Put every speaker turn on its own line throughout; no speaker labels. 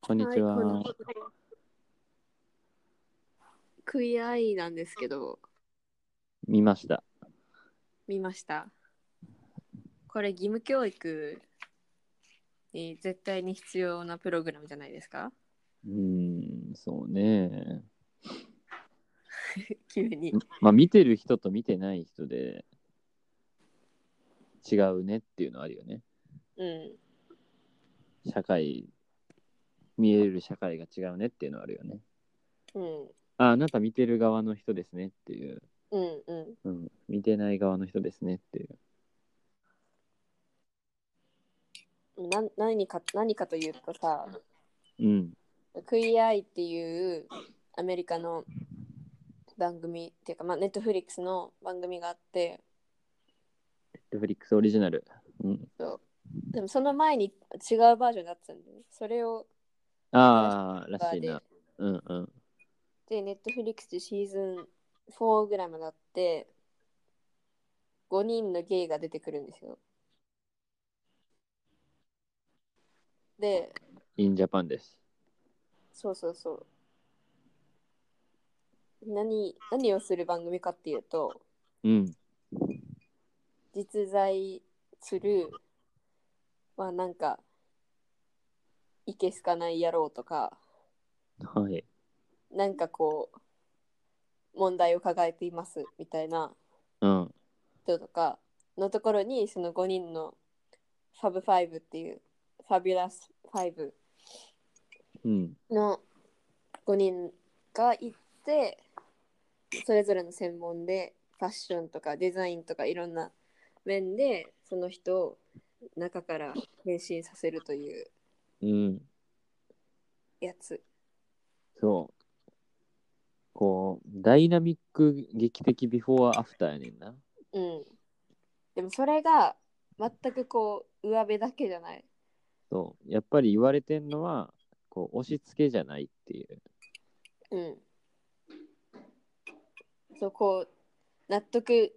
こんにちは。
いこのことでクイアアイなんですけど、
見ました。
見ました。これ義務教育に絶対に必要なプログラムじゃないですか
うーん、そうね。
急に。
まあ、見てる人と見てない人で違うねっていうのはあるよね。
うん。
社会、見える社会が違うねっていうのはあるよね。
うん。
あ、あなた見てる側の人ですねっていう。
うんうん。
うん、見てない側の人ですねっていう。
な何か何かというとさ、
うん。
クイアアイっていうアメリカの番組っていうか、まあ、ネットフリックスの番組があって、
ネットフリックスオリジナル。うん。
そうでもその前に違うバージョンだったんで、ね、それを
ああ、ら
バ
し
ー
い
で
な。うんうん。
で、ネットフリックスでシーズン4ぐらいまであって、5人のゲイが出てくるんですよ。で、
インジャパンです。
そうそうそう。何何をする番組かっていうと、
うん。
実在する、まあなんか、いけすかない野郎とか、
はい。
なんかこう問題を抱えていますみたいな
うん。
人とかのところにその5人のファブファイブっていうファビュラスファイブ
うん。
の5人が行ってそれぞれの専門でファッションとかデザインとかいろんな面でその人を中から変身させるという
うん。
やつ。
そう。こう、ダイナミック劇的ビフォーアフターやねんな。
うん、でもそれが全くこう上辺だけじゃない。
そう。やっぱり言われてんのは、こう、押し付けじゃないっていう。
うん。そうこう納得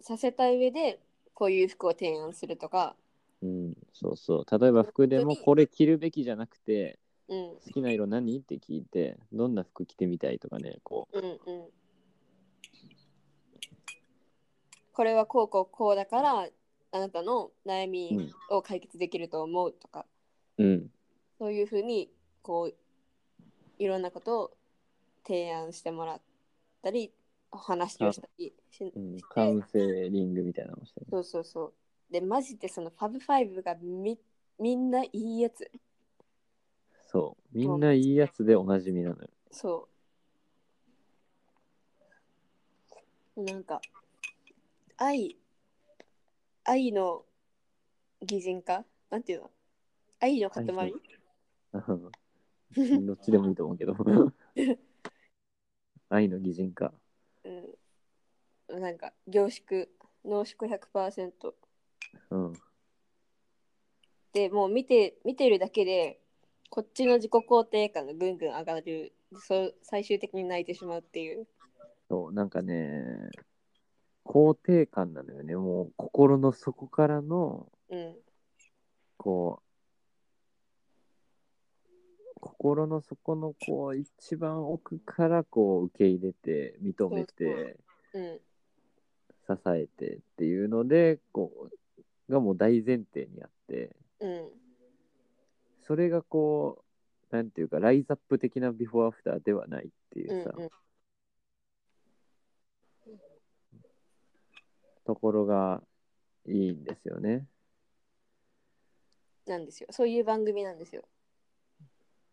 させた上でこういう服を提案するとか、
うん、そうそう。例えば服でも
本当に
これ着るべきじゃなくて、
うん
好きな色何って聞いて、どんな服着てみたいとかね、こ
うんうん。これはこうこうこうだからあなたの悩みを解決できると思うとか、
う。うん。
そういうふうにこういろんなことを提案してもらったりお話をしたりし,、
うん
して
カウンセリングみたいなのもしてね。
そうそうそう。で、マジでそのファブファイブがみみんないいやつ。
そう。みんないいやつでおなじみなのよ。
そう。なんか、愛、愛の擬人化なんていうの愛の塊
愛 うんどっちでもいいと思うけど。愛の擬人化。
うん。なんか、凝縮、濃縮100%。
うん。
で、もう見て、見てるだけで、こっちの自己肯定感がぐんぐん上がる。そう最終的に泣いてしまうっていう。
そう、なんかね、肯定感なのよね。もう心の底からの、
うん。
こう、心の底のこう、一番奥からこう、受け入れて、認めて、
うん。
支えてっていうので、こう、がもう大前提にあって、
うん、
それがこう、なんていうか、ライズアップ的なビフォーアフターではないっていう
う
さ、
ん、うん、
ところがいいんですよね。
なんですよ。そういう番組なんですよ。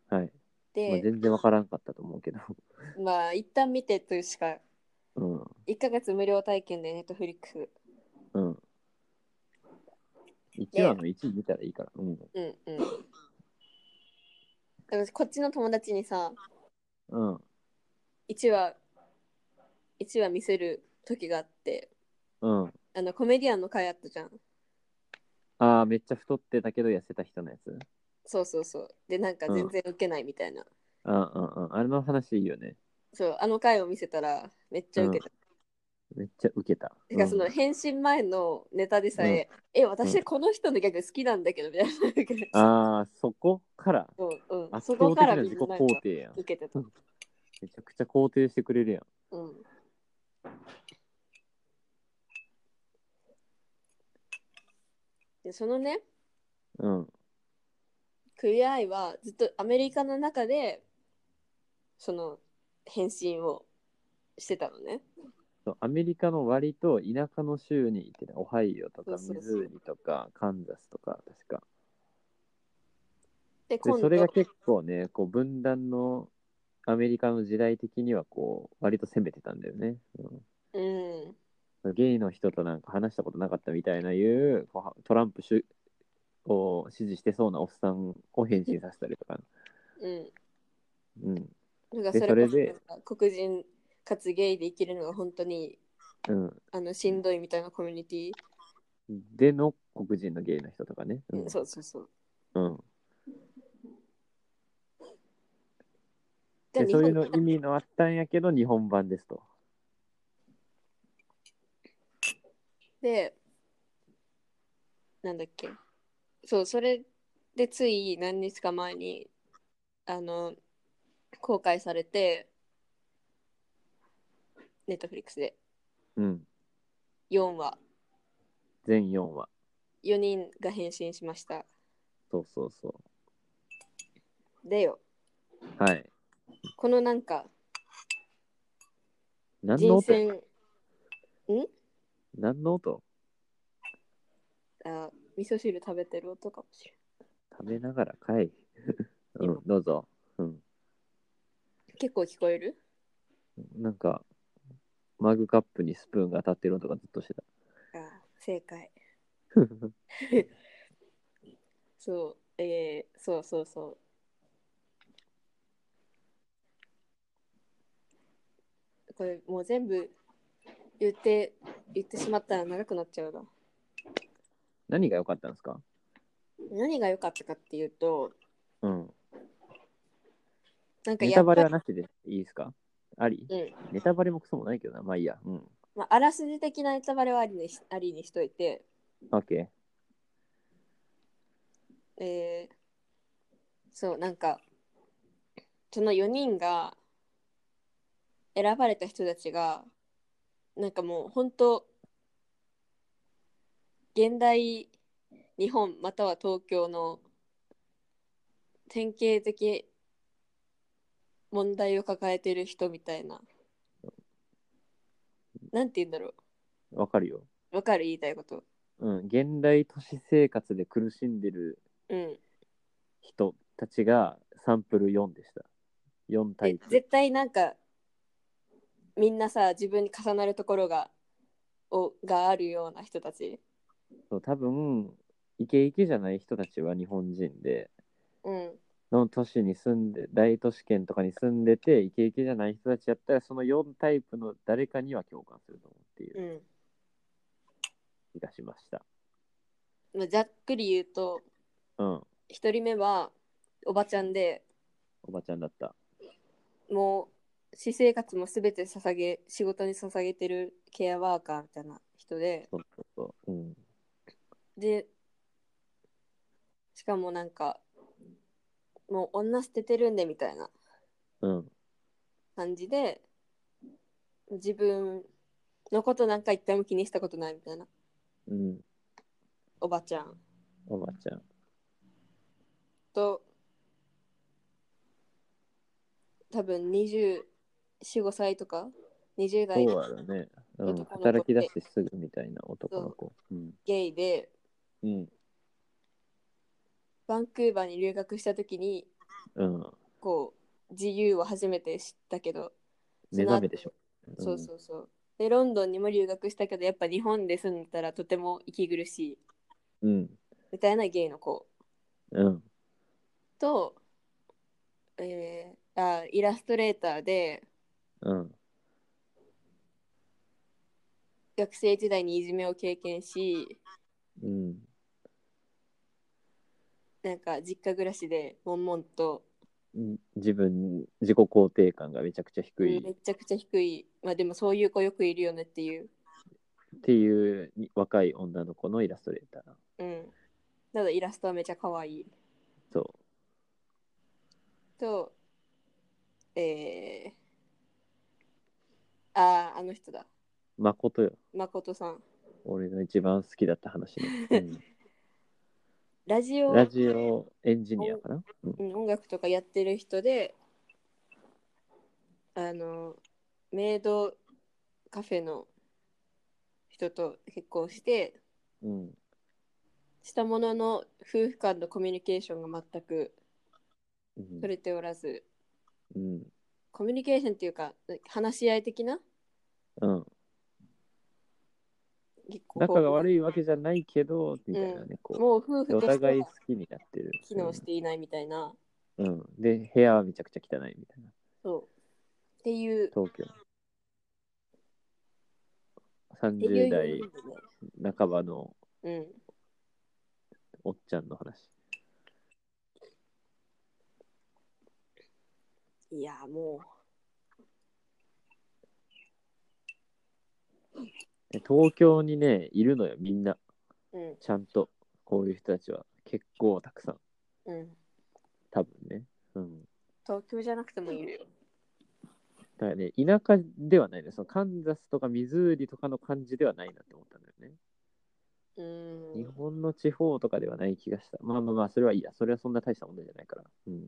はい。まあ、
で、
全然わからんかったと思うけど。
まあ、一旦見てというしか、
うん。
1ヶ月無料体験でネットフリックス。
うん。1話の1見たらいいから。うん。
うん、うん。でもこっちの友達にさ、
うん。
1話、一話見せる時があって、
うん。
あの、コメディアンの回あったじゃん。
ああ、めっちゃ太ってたけど痩せた人のやつ。
そうそうそう。で、なんか全然ウケないみたいな。
うんうんうん。あれの話いいよね。
そう、あの回を見せたら、めっちゃウケた。
めっちゃウケた。
てかそうの
ん
変身前のネタでさえ、え私この人のギャグ好きなんだけどみたいな、
ああ、そこから、
うんうん、
圧
そ
倒
こ
的
から
な
み
自
ん
己
ななんか
肯定やん。
受けてた、
めちゃくちゃ肯定してくれるやん。
うん、でそのね
うん。
クイアアイはずっとアメリカの中でその返信をしてたのね
そうアメリカの割と田舎の州に行ってたオハイオとか
そうそうそう
ミズーリとかカンザスとか確か。
で
で
今
そ
度
れが結構ねこう分断のアメリカの時代的にはこう割と攻めてたんだよね、
うん
うん、ゲイの人となんか話したことなかったみたいないうこうはトランプ主を支持してそうなおっさんを変身させたりとか、
うん
うん
なんか
で
それこ
それで
そなんか黒人かつゲイで生きるのが本当に
うん、
あのしんどいみたいなコミュニティ、
での黒人のゲイの人とかね、うん
うん、そうそうそう
うん、で
で日
そういう
本
の意味のあったんやけど日本版ですと、
でなんだっけそうそれでつい何日か前にあの公開されてネットフリックスで
うん、
4話
全4話
4人が返信しました
そうそうそ
でよ
うはい
このなんか
何の
人
音
選
何の音
あ味噌汁食べてる音かもしれない
食べながらかい、うん
今、
どうぞ、うん、
結構聞こえる
なんか、マグカップにスプーンが当たってるのとかずっとしてた。
あ正解そうえー、そうそうそうこれもう全部言って言ってしまったら長くなっちゃうな
何が良かったんですか
何が良かったかっていうと
うん。
なんか
ネ
や
タ
っぱ
バレ
り
はなしでいいですかあり
うん
ネタバレもクソもないけどな。まあいいや。うん。
まああらすじ的なネタバレはありにしありにしといて、
OK。
えー、そうなんかその4人が選ばれた人たちがなんかもう本当現代日本または東京の典型的問題を抱えてる人みたいななんて言うんだろ
わかるよ。
うわかる言いたいこと
うん。現代都市生活で苦しんでる
うん
人たちがサンプル4でした。4タイ
で
プ。
絶対なんかみんなさ自分に重なるところがをがあるような人たち、
そう多分、イケイケじゃない人たちは日本人で、
うん、
の都市に住んで、大都市圏とかに住んでて、イケイケじゃない人たちやったら、その4タイプの誰かには共感すると思うっていう
うん
気がしました。
まあざっくり言うと
うん、
1人目はおばちゃんで
おばちゃんだった。
もう私生活も全て捧げ仕事に捧げてるケアワーカーみたいな人で
そうそうそう。うん、
でしかもなんかもう女捨ててるんでみたいな
うん、
感じで自分のことなんか一回も気にしたことないみたいな
うん、
おばちゃん
おばちゃん。
と多分245歳とか20
そ
代
うやろね。うん、
男の子
働き出してすぐみたいな男の子。うん、
ゲイで
うん、
バンクーバーに留学した時に
うん。
こう自由を初めて知ったけど
目覚めでしょ。
そうそうそうでロンドンにも留学したけどやっぱ日本で住んでたらとても息苦しい
うん。うん、
みたいなゲイの子
うん、
と、えーあイラストレーターで
うん、
学生時代にいじめを経験し
うん、
なんか実家暮らしで悶々と
ん自分自己肯定感がめちゃくちゃ低い
めちゃくちゃ低いまあでもそういう子よくいるよねっていう
っていうに若い女の子のイラストレーター
うんただイラストはめちゃ可愛い
そ
とえー、あああの人だ
う誠よ
誠さん
俺の一番好きだった話 ね、
ラジ
う
オ
んラジオエンジニアかな、うん
うん、音楽とかやってる人であのメイドカフェの人と結婚して
うん、
したものの夫婦間のコミュニケーションが全く
うん
取れておらず
うん
コミュニケーションっていうか話し合い的な
うん、
結構
仲が
い
悪いわけじゃないけどみたいなね、こ
もう夫婦
うお
として
互い
は
好きになってる
機能していないみたいな、
うんうん、で部屋はめちゃくちゃ汚いみたいな
そうっていう
東京
っていう
30代
ような
半ばの
ねうん
おっちゃんの話
いやも
で東京にねいるのよみんな
ううん
ちゃんとこういう人たちは結構たくさん
うん
多分ね、うん、
東京じゃなくてもいるよ
だからね田舎ではないねそのカンザスとかミズーリとかの感じではないなって思ったんだよね
うん
日本の地方とかではない気がしたまあまあまあそれはいいやそれはそんな大した問題じゃないからうん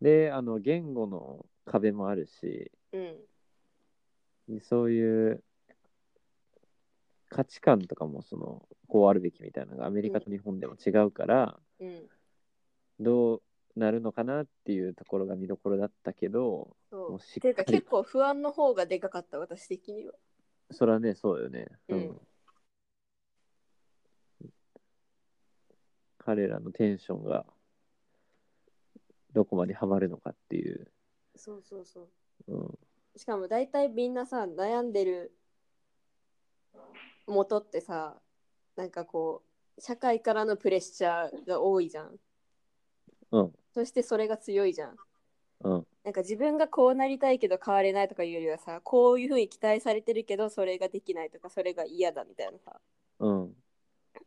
であの言語の壁もあるし、
うん
そういう価値観とかもそのこうあるべきみたいなのがアメリカと日本でも違うから、
うん
どうなるのかなっていうところが見どころだったけど
そ
も
う
うしっ
っていうか
かり
結構不安の方がでかかった私的には
それはねそうだよね、
うん
彼らのテンションがどこまでハマるのかっていう、
そうそうそ
うん、
うしかも大体みんなさ悩んでる元ってさなんかこう社会からのプレッシャーが多いじゃん
うん
そしてそれが強いじゃん
うん
なんか自分がこうなりたいけど変われないとかいうよりはさこういうふうに期待されてるけどそれができないとかそれが嫌だみたいなさ
うん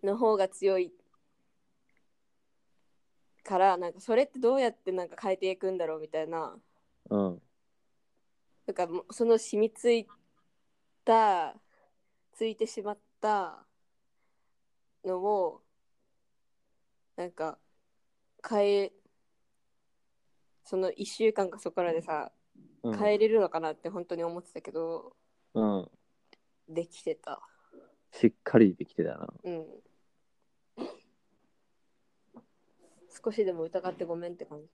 の方が強いからなんかそれってどうやってなんか変えていくんだろうみたいな
うん
なんかもうその染みついたついてしまったのをなんか変えその1週間かそこらでさ
うん
変えれるのかなって本当に思ってたけど、
うん
できてた
しっかりできてたな
うん少しでも疑ってごめんって感じ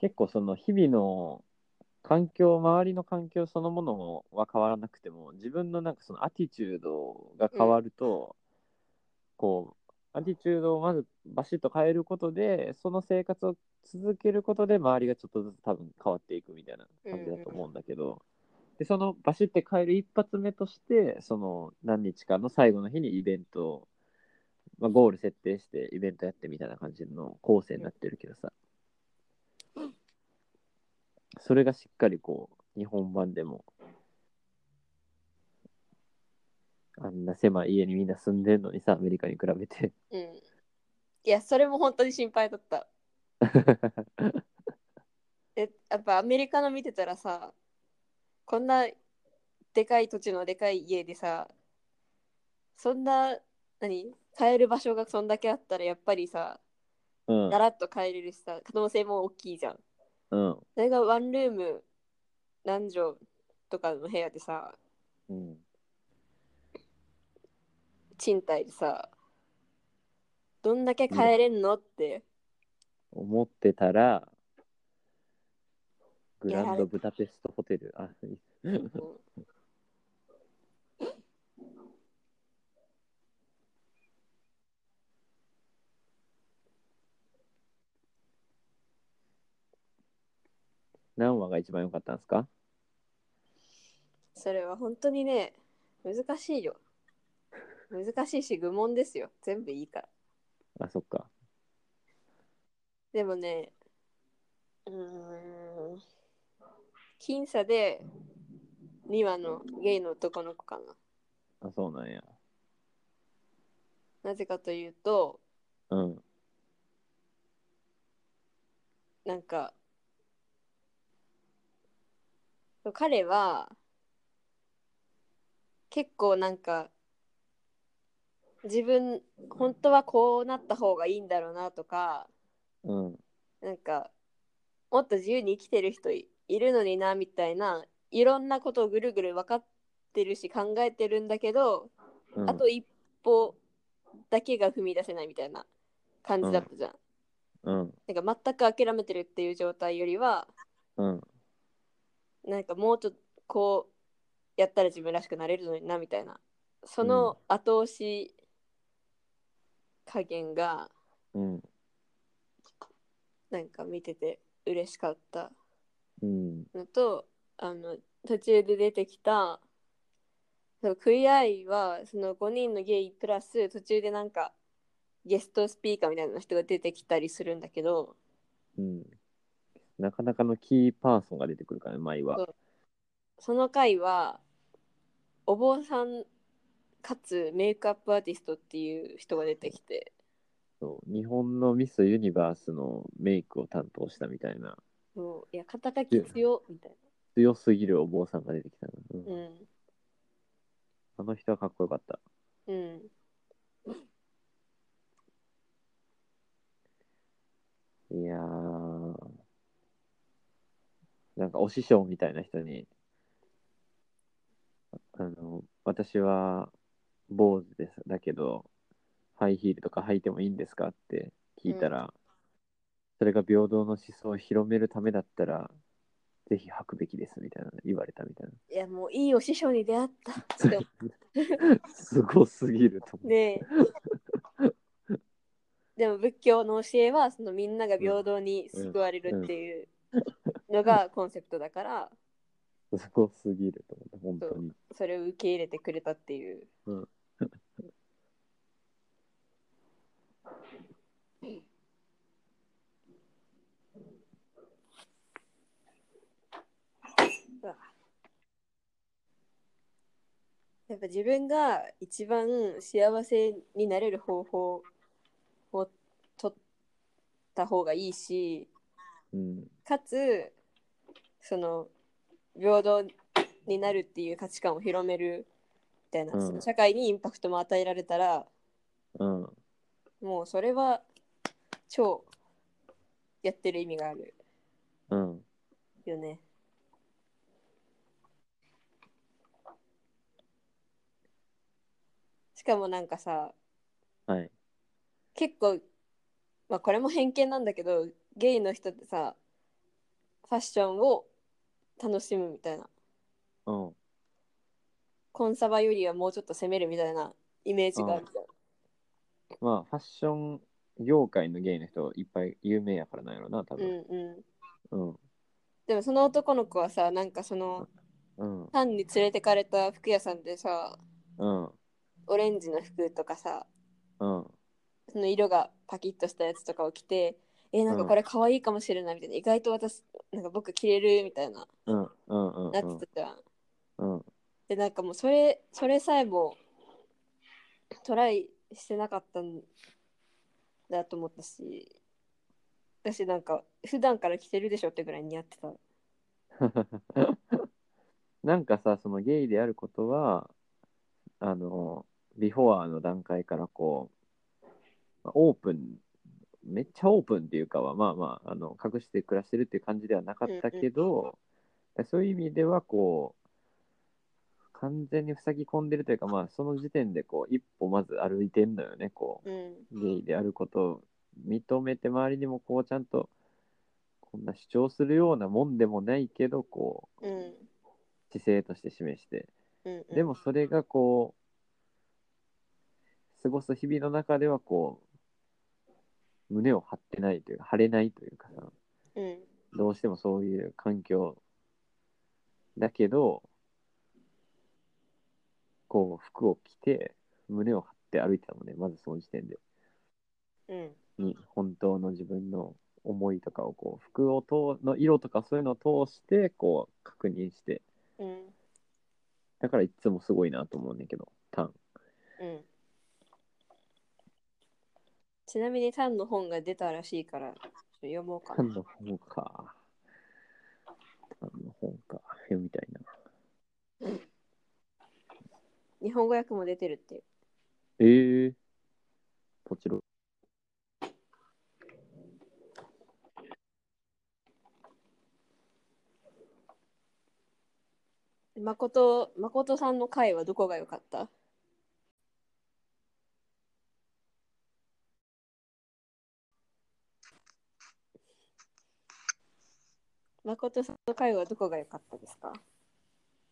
結構その日々の環境周りの環境そのものは変わらなくても自分のなんかそのアティチュードが変わると、こうアティチュードをまずバシッと変えることでその生活を続けることで周りがちょっとずつ多分変わっていくみたいな感じだと思うんだけど、でそのバシッて変える一発目としてその何日かの最後の日にイベントを、まあ、ゴール設定してイベントやってみたいな感じの構成になってるけどさ、それがしっかりこう日本版でもあんな狭い家にみんな住んでんのにさアメリカに比べて
うんいやそれも本当に心配だったえやっぱアメリカの見てたらさこんなでかい土地のでかい家でさそんな何買える場所がそんだけあったらやっぱりさ
うん
ガラッと買えれるしさ可能性も大きいじゃん
うん
それがワンルーム何畳とかの部屋でさ
うん
賃貸でさどんだけ買えれんのって、
思ってたらグランドブダペストホテルあいい何話が一番良かったんですか
それは本当にね難しいよ。難しいし、愚問ですよ。全部いいから。
あ、そっか。
でもね、うーん、僅差で2話のゲイの男の子かな。
あ、そうなんや。
なぜかというと、
うん。
なんか、彼は、結構なんか、自分、本当はこうなった方がいいんだろうなとか、
うん。
なんか、もっと自由に生きてる人いいるのにな、みたいな、いろんなことをぐるぐる分かってるし考えてるんだけど、
うん、
あと一歩だけが踏み出せないみたいな感じだったじゃん。
うん。
なんか全く諦めてるっていう状態よりは、
うん。
なんかもうちょっとこうやったら自分らしくなれるのになみたいなその後押し加減が
うん。
なんか見てて嬉しかった
うん。
のとあの途中で出てきたそのクイアイはその5人のゲイプラス途中でなんかゲストスピーカーみたいな人が出てきたりするんだけど
うん。なかなかのキーパーソンが出てくるからね、舞は。
その回はお坊さんかつメイクアップアーティストっていう人が出てきて
そう日本のミス・ユニバースのメイクを担当したみたいな、
もういや肩書き強みたい
強すぎるお坊さんが出てきたな。うん
な。
あの人はかっこよかった。
うん。うん。
いやー、なんかお師匠みたいな人に、あの、私は坊主です、だけど、ハイヒールとか履いてもいいんですかって聞いたら、それが平等の思想を広めるためだったら、ぜひ履くべきですみたいな言われたみたい
いやもういいお師匠に出会ったって思
な。すごすぎると
う
思う。
ねえでも仏教の教えはそのみんなが平等に救われるっていうのがコンセプトだから
すごすぎると思った、本当に。
それを受け入れてくれたっていう。
うん
うわやっぱ自分が一番幸せになれる方法を取った方がいいし
うん。
かつその平等になるっていう価値観を広めるみたいな、
うん
その社会にインパクトも与えられたら
うん。
もうそれは超やってる意味がある
うん。
よね。しかもなんかさ
はい。
結構まあこれも偏見なんだけどゲイの人ってさファッションを楽しむみたいな
うん。
コンサバよりはもうちょっと攻めるみたいなイメージがあるじゃん。
まあ、ファッション業界のゲイの人いっぱい有名やからなんやろな、多
うん
分。
うん、
うん。
でもその男の子はさなんかその
うん。
単に連れてかれた服屋さんでさ
うん。
オレンジの服とかさ
うん。
その色がパキッとしたやつとかを着てえーなんかこれ可愛いかもしれないみたいな、意外と私なんか僕着れるみたいな
うん。うん。うん。
なってたじゃん。
うん。
でなんかもうそれそれさえもトライしてなかったんだと思ったし私なんか普段から着てるでしょってぐらい似合ってた。
なんかさ、そのゲイであることは、あの、ビフォアの段階からこう、まあオープン、めっちゃオープンっていうかは、まあまあ、あの隠して暮らしてるっていう感じではなかったけど、そういう意味では、こう、完全に塞ぎ込んでるというか、まあ、その時点で、こう、一歩まず歩いてんのよね、こ
うん
う、ゲイであることを認めて、周りにも、こう、ちゃんと、こんな主張するようなもんでもないけど、こう、
うん
姿勢として示して
うん
でもそれがこう過ごす日々の中ではこう胸を張ってないというか張れないというかさ
うん
どうしてもそういう環境だけどこう服を着て胸を張って歩いてたもんねまずその時点で
うん
に本当の自分の思いとかをこう服を通の色とかそういうのを通してこう確認して
うん
だからいつもすごいなと思うねんだけどタン
うんちなみにタンの本が出たらしいからちょっと読もうか
タ
な
ンの本かタンの本か読みたいな
日本語訳も出てるっていう
ええー、ポチロ
誠誠さんの回はどこが良かった誠さんの回はどこが良かったですか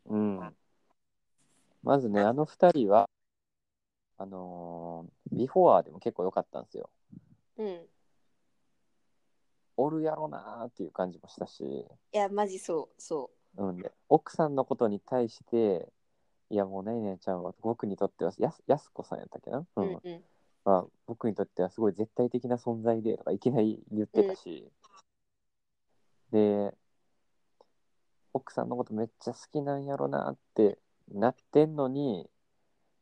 うんまずねあの二人はあのービフォアでも結構良かったんですよ
うんい
おるやろなーっていう感じもしたし
やマジそうそ
うんで、奥さんのことに対して、いやもうねねちゃんは僕にとってはやす、やすこさんやったっけな、
う
う
うんんうん
まあ、僕にとってはすごい絶対的な存在でとかいきなり言ってたし、で、奥さんのことめっちゃ好きなんやろなってなってんのに、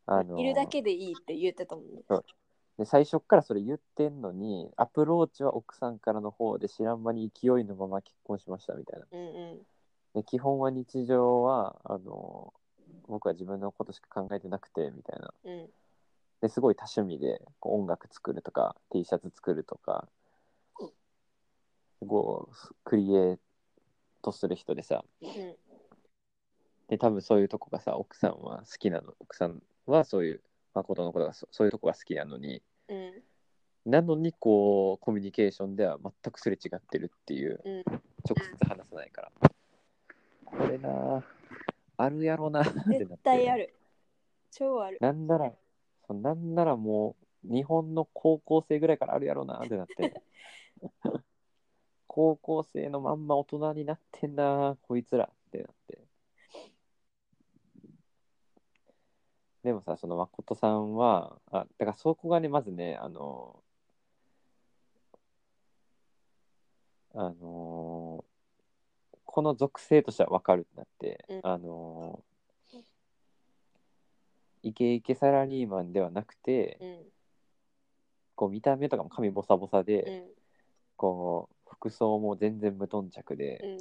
あの
いるだけでいいって言ってたもんね
で最初っからそれ言ってんのに、アプローチは奥さんからの方で知らん間に勢いのまま結婚しましたみたいな。
うんうん
で基本は日常はあの僕は自分のことしか考えてなくてみたいな
うん
ですごい多趣味でこう音楽作るとか T シャツ作るとかこうクリエイトする人でさ
うん
で多分そういうとこがさ奥さんは好きなの奥さんはそういう誠のことがそそういうとこが好きなのに
うん
なのにこうコミュニケーションでは全くすれ違ってるっていう
うん
直接話さないからこれなあるやろ なってなってる
絶対ある超ある
なんなら、そうなんならもう、日本の高校生ぐらいからあるやろうなってな って。高校生のまんま大人になってんな、こいつらってなって。でもさ、その誠さんは、あだからそこがね、まずね、あの、あのこの属性としては分かるってなって、
うん
あのイケイケサラリーマンではなくて、
うん
こう見た目とかも髪ボサボサで、
うん
こう服装も全然無頓着で、
うん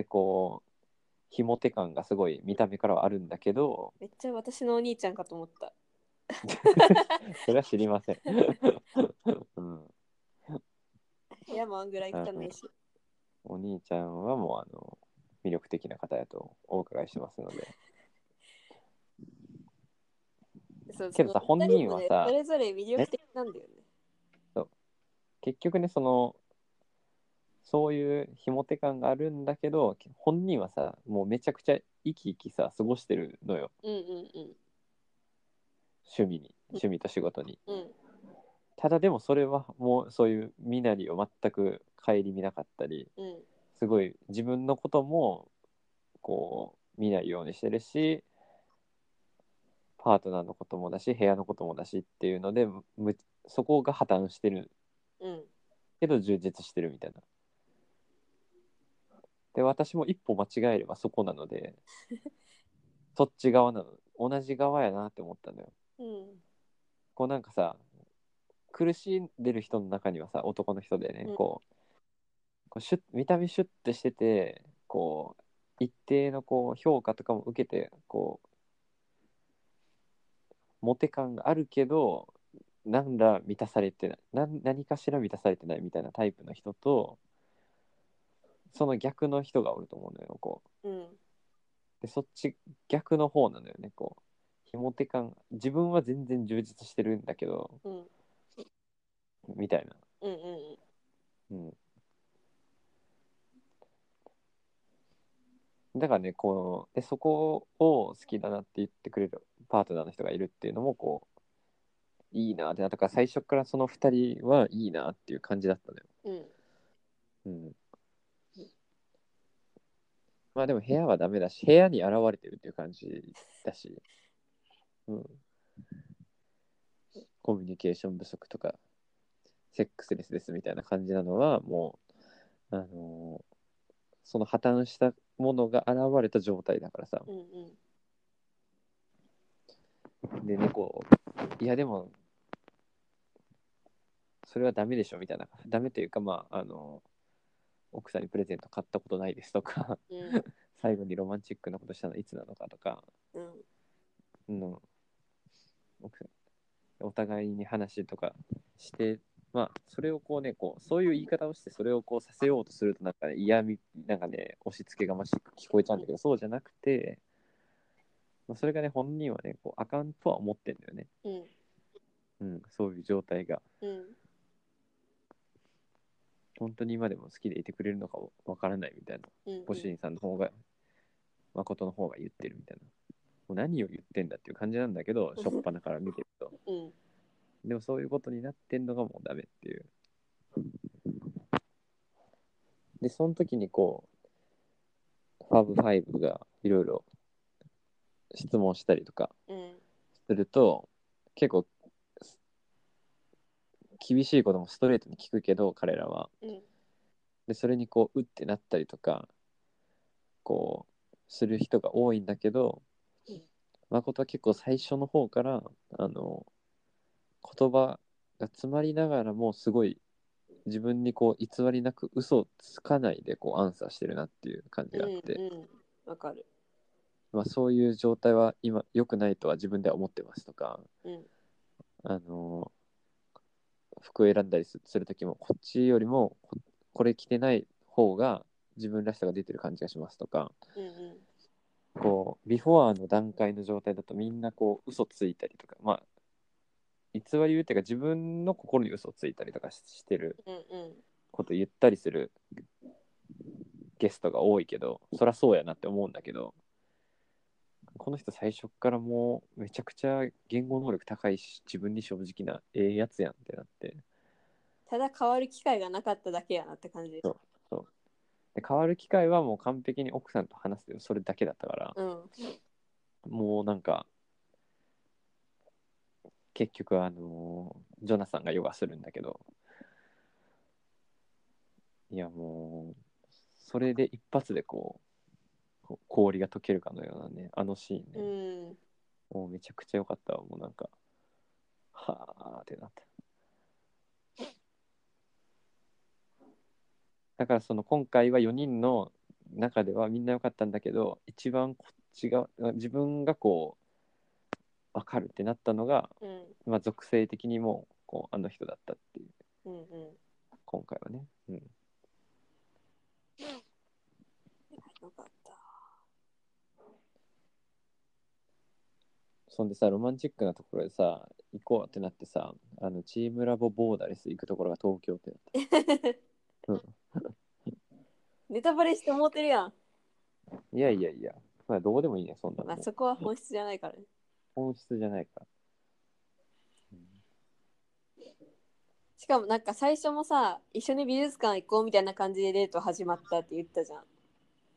でこうひも手感がすごい見た目からはあるんだけど
めっちゃ私のお兄ちゃんかと思った
それは知りません、 うん、
ヤマンぐらい汚いし
お兄ちゃんはもうあの魅力的な方やとお伺いしてますので
そう
けどさ
その
本人はさ
二人もねそれぞれ魅力的なんだよね。
結局ねそのそういうひも手感があるんだけど本人はさもうめちゃくちゃ生き生きさ過ごしてるのよ
うんうん
趣味に趣味と仕事に。
うんうん
ただでもそれはもうそういう身なりを全く顧みなかったり
うん
すごい自分のこともこう見ないようにしてるしパートナーのこともだし部屋のこともだしっていうのでむそこが破綻してる
うん
けど充実してるみたいな。で私も一歩間違えればそこなのでそっち側なの同じ側やなって思ったのよ。
うん
こうなんかさ苦しんでる人の中にはさ男の人でね、
うん
こうこうシュッ見た目シュッてしててこう一定のこう評価とかも受けてこうモテ感があるけどなんだ満たされてないなん何かしら満たされてないみたいなタイプの人とその逆の人がおると思うのよこう
うん
でそっち逆の方なのよねこうひも手感自分は全然充実してるんだけど
うん
みたいな、
うんうん
うん、だからねこうでそこを好きだなって言ってくれるパートナーの人がいるっていうのもこういいなってなったから最初からその2人はいいなっていう感じだったのよ、
うん
うん、まあでも部屋はダメだし、部屋に現れてるっていう感じだし、うん。コミュニケーション不足とか、セックスレスですみたいな感じなのは、もう、あのーその破綻したものが現れた状態だからさ。
うんうん
で、猫、いやでも、それはダメでしょみたいな。ダメというか、まあ、あの奥さんにプレゼント買ったことないですとか。
うん
最後にロマンチックなことしたのいつなのかとか、
うん
うん、奥さんお互いに話とかしてまあそれをこうねこうそういう言い方をしてそれをこうさせようとするとなんか、ね、嫌みなんかね押し付けがましく聞こえちゃうんだけどそうじゃなくて、まあ、それがね本人はねこうあかんとは思ってんだよね、
うん
うん、そういう状態が
うん
本当に今でも好きでいてくれるのかわからないみたいな
うん
ご主人さんの方が、誠の方が言ってるみたいな。もう何を言ってんだっていう感じなんだけど、
うん
しょっぱなから見てると。
うん
でもそういうことになってんのがもうダメっていう。で、その時にこう、ファブファイブがいろいろ質問したりとか
うん
すると、結構、厳しいこともストレートに聞くけど、彼らは。
うん
でそれにこううってなったりとかこうする人が多いんだけど
うん
誠は結構最初の方からあの言葉が詰まりながらもすごい自分にこう偽りなく嘘をつかないでこうアンサーしてるなっていう感じがあって、
うんうんわかる
まあ、そういう状態は今良くないとは自分では思ってますとか
うん
あの服を選んだりすする時もこっちよりもここれ着てない方が自分らしさが出てる感じがしますとか
うんうん
こうビフォアの段階の状態だとみんなこう嘘ついたりとかまあ偽り言うっていうか自分の心に嘘をついたりとかししてる
うんうん
こと言ったりするゲストが多いけどそりゃそうやなって思うんだけどこの人最初っからもうめちゃくちゃ言語能力高いし自分に正直なええやつやんってなって
ただ変わる機会がなかっただけやなって感じ
そうで変わる機会はもう完璧に奥さんと話すけどそれだけだったから
うん
もうなんか結局あのージョナサンがヨガするんだけどいやもうそれで一発でこうこう氷が溶けるかのようなねあのシーン
う
ね、
ん
もうめちゃくちゃ良かったわもうなんかはあってなっただからその今回は4人の中ではみんな良かったんだけど一番こっちが自分がこう分かるってなったのが、
うん
まあ、属性的にもうこうあの人だったっていう
うんうん
今回はね、うん、
よかった
そんでさロマンチックなところでさ行こうってなってさあのチームラボボーダレス行くところが東京ってなった
ネタバレして思ってるやん
いやいやいや、まあ、どうでもいいね、そんな
ま
の
あ。そこは本質じゃないからね
本質じゃないから。
しかもなんか最初もさ一緒に美術館行こうみたいな感じでデート始まったって言ったじゃん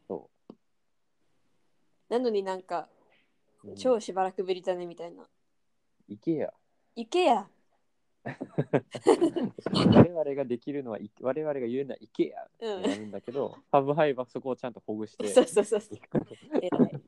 そ
なのになんか
う。うん
超しばらくぶりだねみたいな
行けや。
行けや
我々ができるのは、い 我々が言うのは行けや。
うん
なるんだけど、ハブハイはそこをちゃんとほぐして。
そうそうそうそう偉い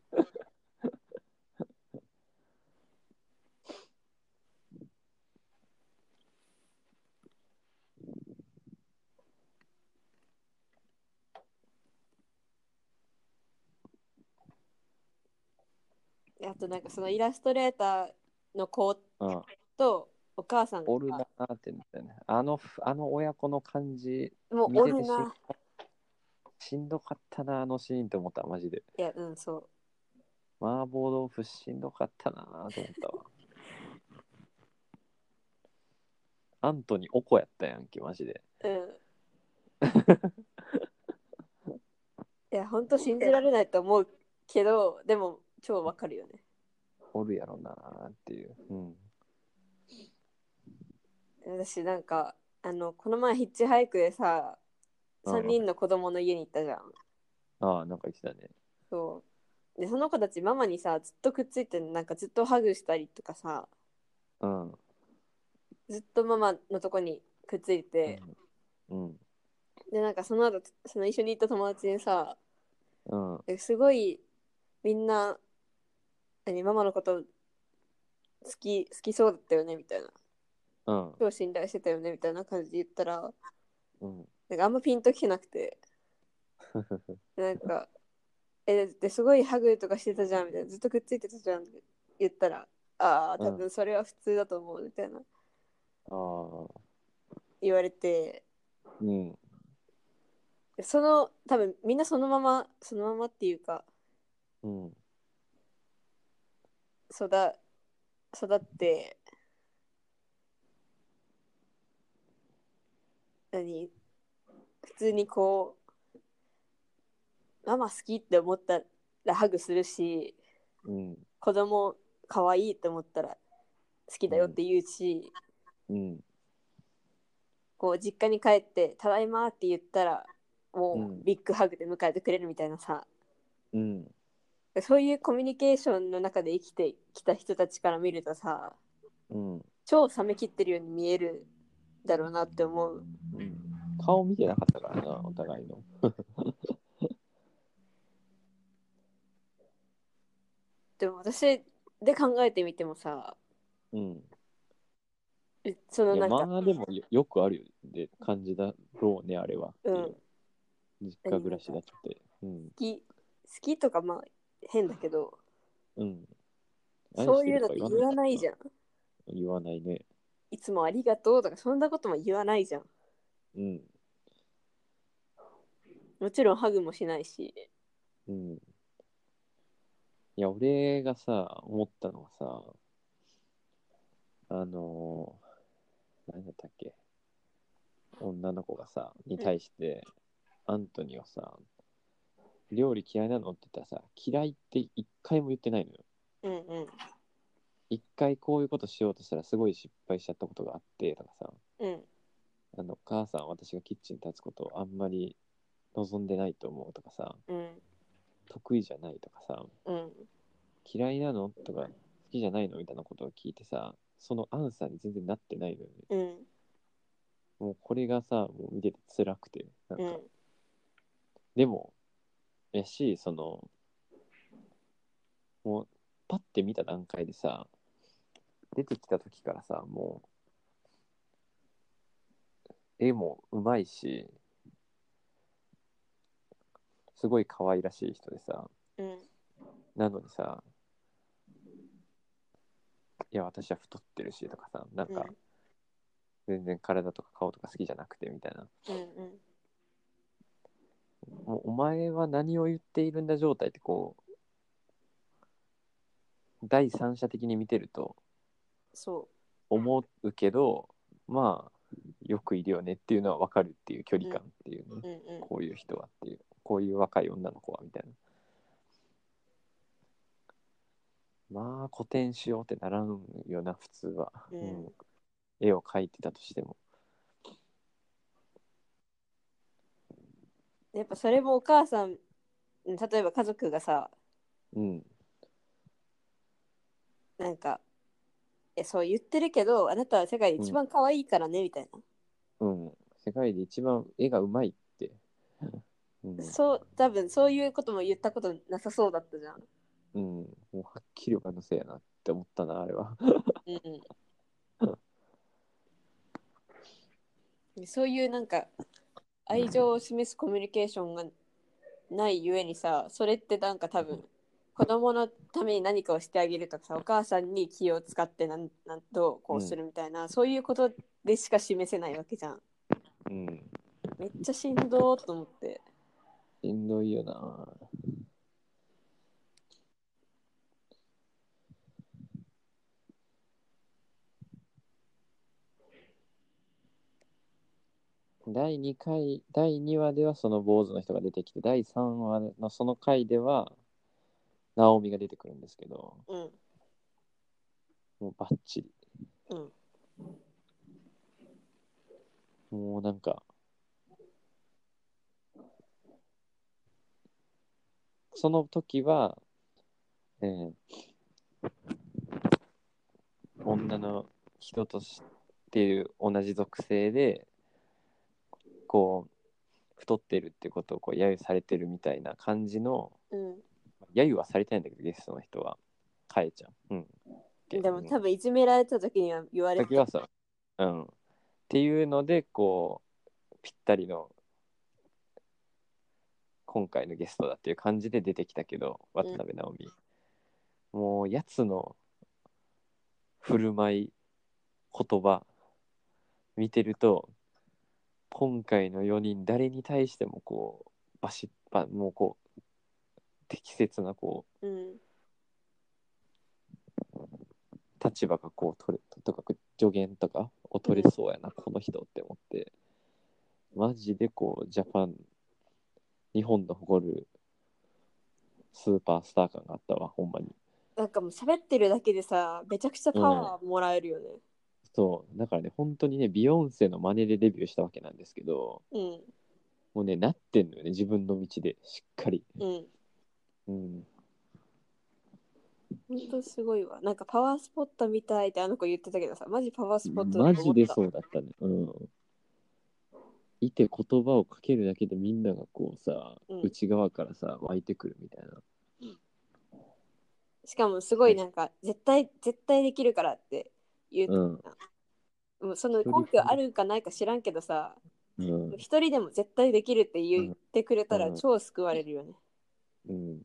であとなんかそのイラストレーターの子
うん、
とお母さんが
おるなーってなったよね。あの、あの親子の感じ、
もう
見
お
て
る
てし
な。
しんどかったな、あのシーンって思った、マジで。
いやうんそ
麻婆豆腐しんどかったなーと思ったわ。アントニーおこやったやんけ、マジで。
ううんいや本当信じられないと思うけどでも超わかるよね
おるやろなーっていう。うん。
私なんかあのこの前ヒッチハイクでさ
うん
3人の子供の家に行ったじゃん、
ああ、なんか言ってたね。
そうでその子たちママにさずっとくっついてなんかずっとハグしたりとかさ
うん。
ずっとママのとこにくっついて、
うん。
でなんかその後その一緒に行った友達にさ
うん。
えすごいみんな何ママのこと好き好きそうだったよねみたいな
うん。
超信頼してたよねみたいな感じで言ったら
うん。
なんかあんまピンときてなくてなんか「えですごいハグとかしてたじゃん」みたいな「ずっとくっついてたじゃん」って言ったら「ああ多分それは普通だと思う」みたいな
ああ。
言われて
うん。
その多分みんなそのままそのままっていうか
うん。
育育って何普通にこうママ好きって思ったらハグするし
うん。
子供可愛いって思ったら好きだよって言うし、
うん。
こう実家に帰って「ただいま」って言ったらも
うん
うビッグハグで迎えてくれるみたいなさ、
うん。
そういうコミュニケーションの中で生きてきた人たちから見るとさ
うん。
超冷めきってるように見えるだろうなって思う
顔見てなかったからな、お互いの。
でも私で考えてみてもさ
うん。
えその
い
な
や
んか、
まあでもよよくあるよで感じだろうね、あれは。
うん、
実家暮らしだって。うん。
好き好きとかまあ変だけど
うん。
そういうのって言わないじ
ゃ
ゃん
ん。言わないね。
いつもありがとうとかそんなことも言わないじゃん
うん。
もちろんハグもしないし
うん。いや、俺がさ、思ったのはさ、あのー、何だったっけ、女の子がさ、に対して、アントニーはさ、料理嫌いなのって言ったらさ、嫌いって一回も言ってないのよ。
うんうん
一回こういうことしようとしたらすごい失敗しちゃったことがあって、とかさ、
うん
あの、母さん、私がキッチンに立つことをあんまり望んでないと思うとかさ、
うん
得意じゃないとかさ、
うん
嫌いなのとか好きじゃないのみたいなことを聞いてさそのアンサーに全然なってないのよね
うん
もうこれがさもう見てて辛くてなんか、
うん
でもやしそのもうパッて見た段階でさ出てきた時からさもう絵もうまいしすごい可愛らしい人でさ、
うん
なのにさ、いや、私は太ってるしとかさ、なんか、全然体とか顔とか好きじゃなくてみたいな、
うん
もうお前は何を言っているんだ状態ってこう、第三者的に見てると
そ
思うけど、まあ、よくいるよねっていうのは分かるっていう距離感っていうね。
ううんうん
こういう人はっていう、こういう若い女の子はみたいな。まあ、古典しようってならんよな、普通は。
うん
絵を描いてたとしても。
やっぱそれもお母さんうん例えば家族がさ
うん、
なんかえそう言ってるけどあなたは世界で一番可愛いからね、みたい
うん。世界で一番絵がうまいって。うん
な、そう多分そういうことも言ったことなさそうだったじゃん、
うん、もうはっきりお金のせいやなって思ったな、あれは。
うん、そういうなんか愛情を示すコミュニケーションがないゆえにさそれってなんか多分子供のために何かをしてあげるとかさお母さんに気を使ってなんなんどうこうするみたいな、そういうことでしか示せないわけじゃん
うん。
めっちゃしんどーと思って
しんどいよな。第2回、第2話ではその坊主の人が出てきて、第3話のその回では、ナオミが出てくるんですけど、
うん
もうバッチリ。
うん
もうなんか、その時は、えー女の人としていう同じ属性で、こう、太ってるってことをこう揶揄されてるみたいな感じの、
うん
揶揄はされたいんだけど、ゲストの人は、かえちゃん。うん。
でも
分
多分いじめられた時には言われ
時
て
はさ、うん。っていうので、こう、ぴったりの、今回のゲストだっていう感じで出てきたけど、渡辺直美。もう、やつの振る舞い、言葉、見てると、今回の4人、誰に対しても、こう、バシッバ、もう、こう、適切な、こう、
うん
立場がこう取れとかく助言とかを取れそうやな、この人って思ってマジでこうジャパン日本の誇るスーパースター感があったわほんまに
なんかもう喋ってるだけでさめちゃくちゃパワーもらえるよね
そうだからね本当にねビヨンセの真似でデビューしたわけなんですけど
うん
もうねなってんのよね自分の道でしっかり
うん
うん
ほんとすごいわなんかパワースポットみたいってあの子言ってたけどさマジパワースポット
マジで
う
そうだったねうんいて言葉をかけるだけでみんながこうさ、
うん
内側からさ湧いてくるみたいな
しかもすごいなんか絶対絶対できるからって言う、
うん
もうその根拠あるかないか知らんけどさ
うん
一人でも絶対できるって言ってくれたら
うん
超救われるよね
うん。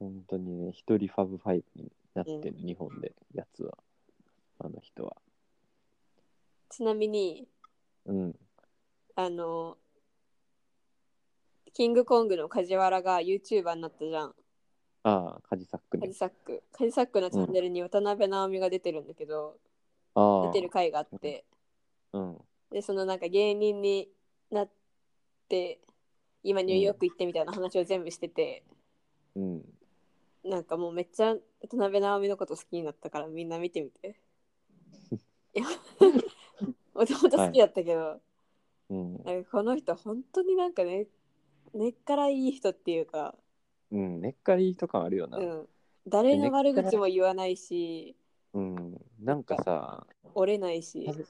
本当にね、一人ファブファイブになってる、日本で、やつは。あの人は。
ちなみに
うん。
あのキングコングの梶原が YouTuber になったじゃん
ああ、カジサック
カジ
ね。
サックカジサックのチャンネルに渡辺直美が出てるんだけど、
ああ。
出てる回があって
うん。
でそのなんか芸人になって今ニューヨーク行ってみたいな話を全部してて、
うん。
なんかもうめっちゃ渡辺直美のこと好きになったからみんな見てみて。いやもともと好きだったけど、
うん。
なんかこの人本当になんかね根っからいい人っていうか、
うん。根っからいい人感あるよな。
うん、誰の悪口も言わないし
うん。なんかさ、
折れないし
喋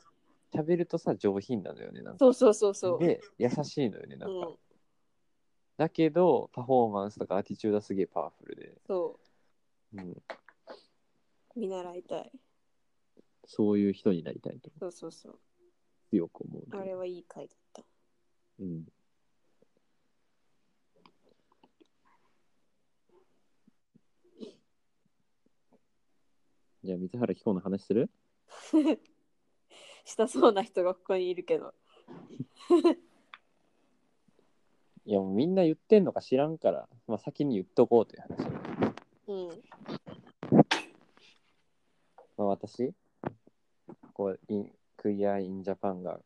喋るとさ、上品なのよね。なんか
そうそうそうそう、
で、優しいのよね。なんか。
うん、
だけど、パフォーマンスとかアティチュードはすげえパワフルで。
そ
うん。
う見習いたい
そういう人になりたいと
そうそうそう
強く思うね、
あれはいい回だった
うん。じゃあ、水原希子の話する
したそうな人がここにいるけど
いや、もうみんな言ってんのか知らんから、まあ、先に言っとこうという話。
うん
まあ、私、こうイン、クイア・イン・ジャパンが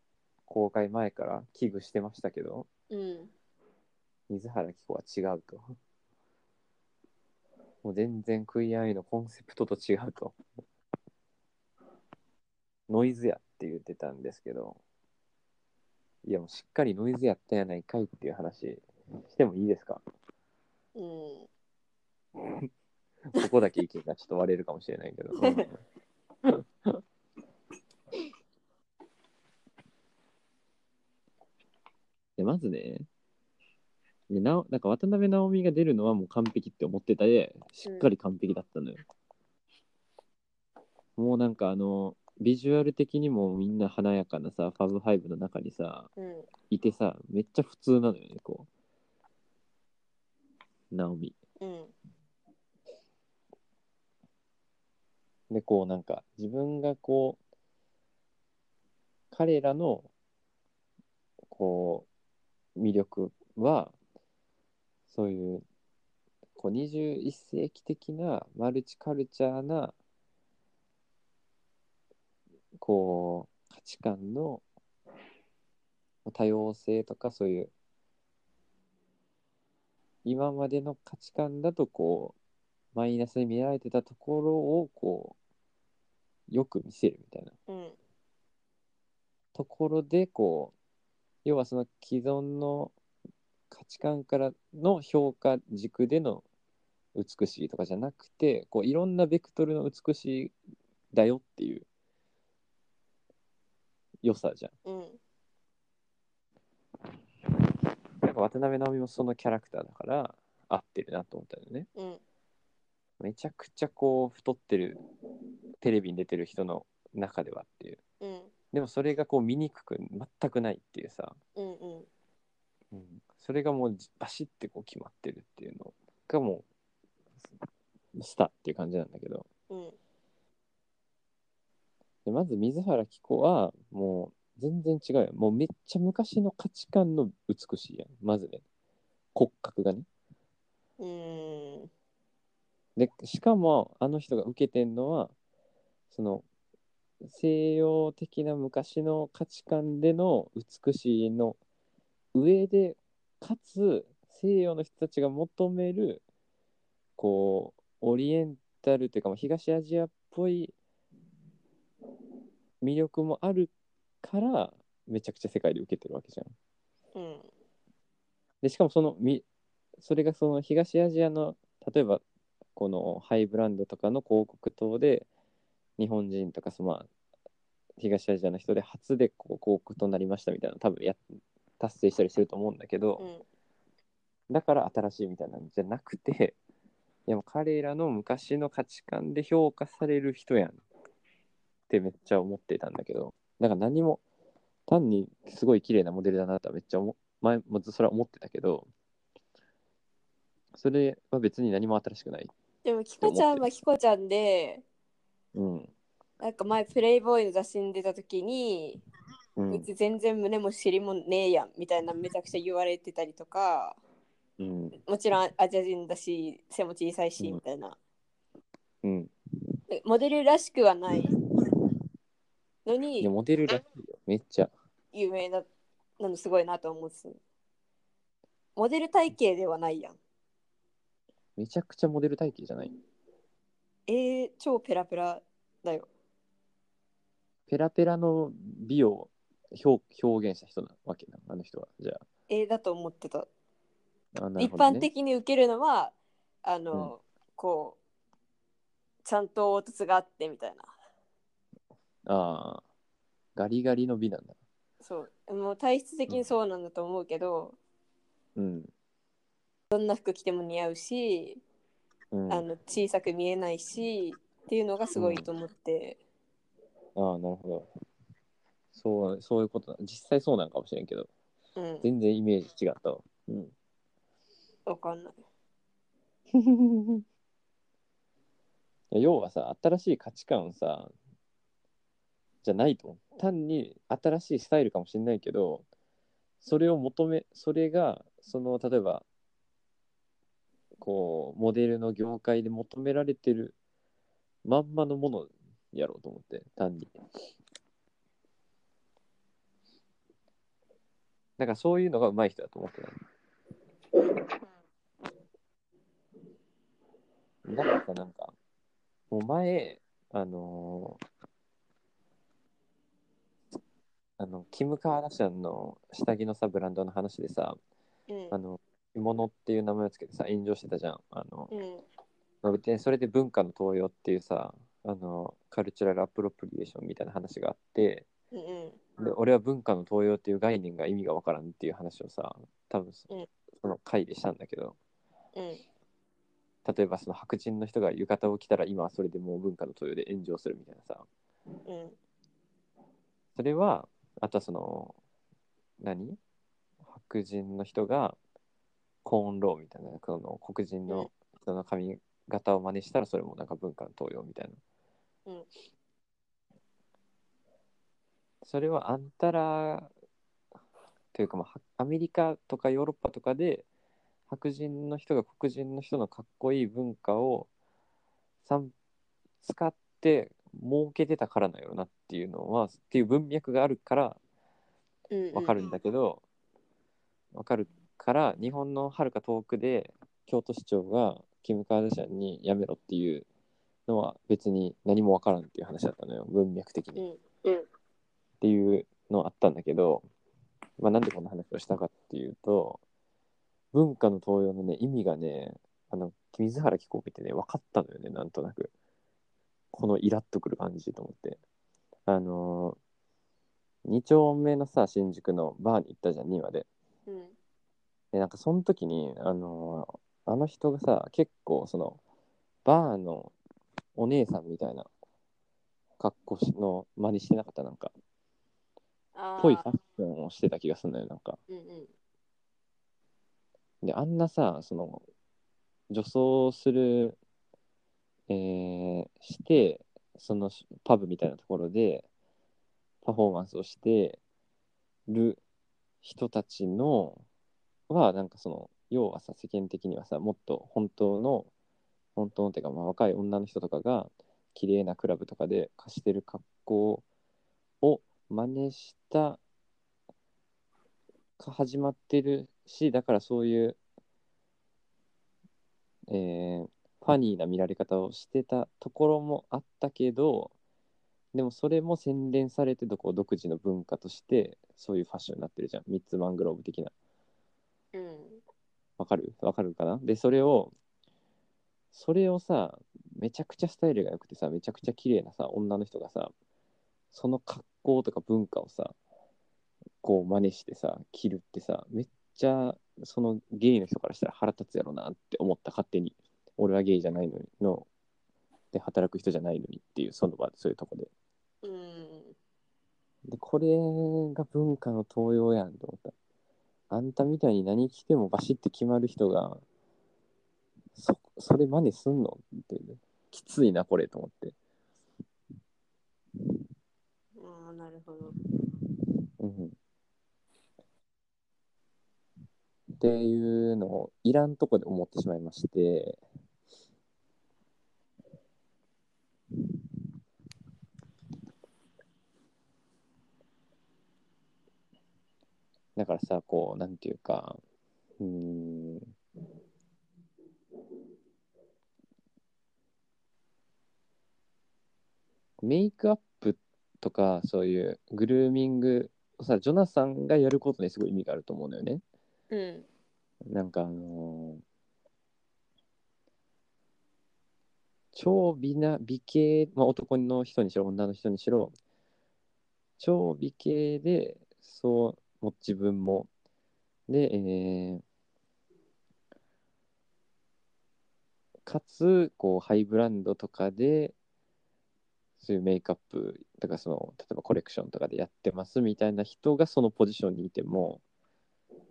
公開前から危惧してましたけど、
うん
水原希子は違うと。もう全然クイア・アイのコンセプトと違うと。ノイズやって言ってたんですけど、いやもうしっかりノイズやったやないかいっていう話してもいいですか
うん
ここだけ意見がちょっと割れるかもしれないけ ど。でまずね、でなおなんか渡辺直美が出るのはもう完璧って思ってたで、しっかり完璧だったのよ。もうなんかあの、ビジュアル的にもみんな華やかなさ、ファブファイブの中にさ、
うん
いてさ、めっちゃ普通なのよね、こう。直美。
うん
でこうなんか自分がこう彼らのこう魅力はそういうこう21世紀的なマルチカルチャーなこう価値観の多様性とかそういう今までの価値観だとこうマイナスに見られてたところをこうよく見せるみたいな
うん
ところでこう要はその既存の価値観からの評価軸での美しいとかじゃなくてこういろんなベクトルの美しいだよっていう良さじゃん。
うん
なんか渡辺直美もそのキャラクターだから合ってるなと思ったよね。
うん
めちゃくちゃこう太ってるテレビに出てる人の中ではっていう
うん
でもそれがこう醜く全くないっていうさ、
うんうん
それがもうじバシッてこう決まってるっていうのがもうスターっていう感じなんだけど
うん
でまず水原希子はもう全然違うよもうめっちゃ昔の価値観の美しいやんまずね骨格がね
うんうん
でしかもあの人が受けてんのはその西洋的な昔の価値観での美しいの上でかつ西洋の人たちが求めるこうオリエンタルというかまあ東アジアっぽい魅力もあるからめちゃくちゃ世界で受けてるわけじゃん。
うん
でしかもそのみそれがその東アジアの例えばこのハイブランドとかの広告塔で日本人とかそのまあ東アジアの人で初でこう広告となりましたみたいなの多分や達成したりしてると思うんだけど、
うん
だから新しいみたいなんじゃなくて いやもう彼らの昔の価値観で評価される人やんってめっちゃ思ってたんだけどなんか何も単にすごい綺麗なモデルだなとはめっちゃ思前もずそれは思ってたけどそれは別に何も新しくない。
でもキコちゃんはキコちゃんで
うん
なんか前プレイボーイの雑誌に出た時に、
う
うんち全然胸も尻もねえやんみたいなめちゃくちゃ言われてたりとか
うん
もちろんアジア人だし背も小さいし
うん
みたいな、
うん、
モデルらしくはないの
いや
に
モデルらしいよめっちゃ
有名ななのすごいなと思うんですモデル体型ではないやん
めちゃくちゃモデル体型じゃない
えー、超ペラペラだよ
ペラペラの美を表表現した人なわけなあの人はじゃあ
えー、だと思ってた
あなる
一
ほどね
般的に受けるのはあの、こうちゃんと凹凸があってみたいな
ああ、ガリガリの美なんだ。
そうもう体質的にそうなんだと思うけど、
うん。
どんな服着ても似合うし、
うん、
あ
あ
の小さく見えないしっていうのがすごいと思って、
あー、なるほど。そう、そういうことだ。実際そうなんかもしれんけど、
うん、
全然イメージ違ったわ。うん。
わかんない。
いや要はさ、新しい価値観をさ、じゃないと思う。単に新しいスタイルかもしれないけど、それを求め、それが、その、例えば、こう、モデルの業界で求められてるまんまのものやろうと思って、単に。なんかそういうのが上手い人だと思ってた。だからさなんか、もう前、あのーあの、キム・カーダシャンの下着のさ、ブランドの話でさ、
うん
あの、着物っていう名前をつけてさ、炎上してたじゃん。あの、
うん
まあ別にそれで文化の東洋っていうさ、あの、カルチュラルアプロプリエーションみたいな話があって、
うんうん
で、俺は文化の東洋っていう概念が意味がわからんっていう話をさ、多分そ
うん
その回でしたんだけど、
うん
例えばその白人の人が浴衣を着たら今はそれでもう文化の東洋で炎上するみたいなさ
うん
それはあとはその何白人の人がコーンローみたいなその黒人の人の髪型を真似したらそれもなんか文化の東洋みたいな、
うん
それはあんたらというかまあはアメリカとかヨーロッパとかで白人の人が黒人の人のかっこいい文化をさん使って儲けてたからなよなっていうのはっていう文脈があるから
うん
わかるんだけど、わかるから日本のはるか遠くで京都市長がキム・カーダシャンにやめろっていうのは別に何もわからんっていう話だったのよ文脈的
う
に。っ
んうん
ていうのあったんだけど、まあ、なんでこんな話をしたかっていうと文化の東洋のね、意味がね、あの、水原希子を見てね、分かったのよね、なんとなく。このイラッとくる感じと思って。あのー、2丁目のさ、新宿のバーに行ったじゃん、2話で。
うん
で、なんかその時に、あのーあの人がさ、結構その、バーのお姉さんみたいな格好しの真似してなかった、なんか、
あー
ぽいファッションをしてた気がするんだよ、なんか。
うんうん
で、あんなさ、その、女装する、えーして、そのしパブみたいなところで、パフォーマンスをしてる人たちの、は、なんかその、要はさ、世間的にはさ、もっと本当の、本当のっていうか、まあ、若い女の人とかが、綺麗なクラブとかで貸してる格好を真似したか始まってるしだからそういう、えーファニーな見られ方をしてたところもあったけどでもそれも洗練されてどこう独自の文化としてそういうファッションになってるじゃんミッツマングローブ的な
うん
わかるわかるかなでそれをそれをさめちゃくちゃスタイルが良くてさめちゃくちゃ綺麗なさ女の人がさその格好とか文化をさこう真似してさ着るってさめっちゃそのゲイの人からしたら腹立つやろなって思った勝手に俺はゲイじゃないのにので働く人じゃないのにっていうその場でそういうとこで
うん
で、これが文化の東洋やんと思った。あんたみたいに何着てもバシッて決まる人が、そ、それ真似すんのって、ね、きついな、これと思って。
ああなるほど
うん。っていうのをいらんとこで思ってしまいまして、だからさ、こう、なんていうか、うーん。メイクアップとか、そういうグルーミングをさ、ジョナさんがやることにすごい意味があると思うのよね。
うん
なんかあのー超美な、美形、まあ、男の人にしろ、女の人にしろ、超美形で、そう、もう自分も。で、えーかつ、こう、ハイブランドとかで、そういうメイクアップとか、その、例えばコレクションとかでやってますみたいな人がそのポジションにいても、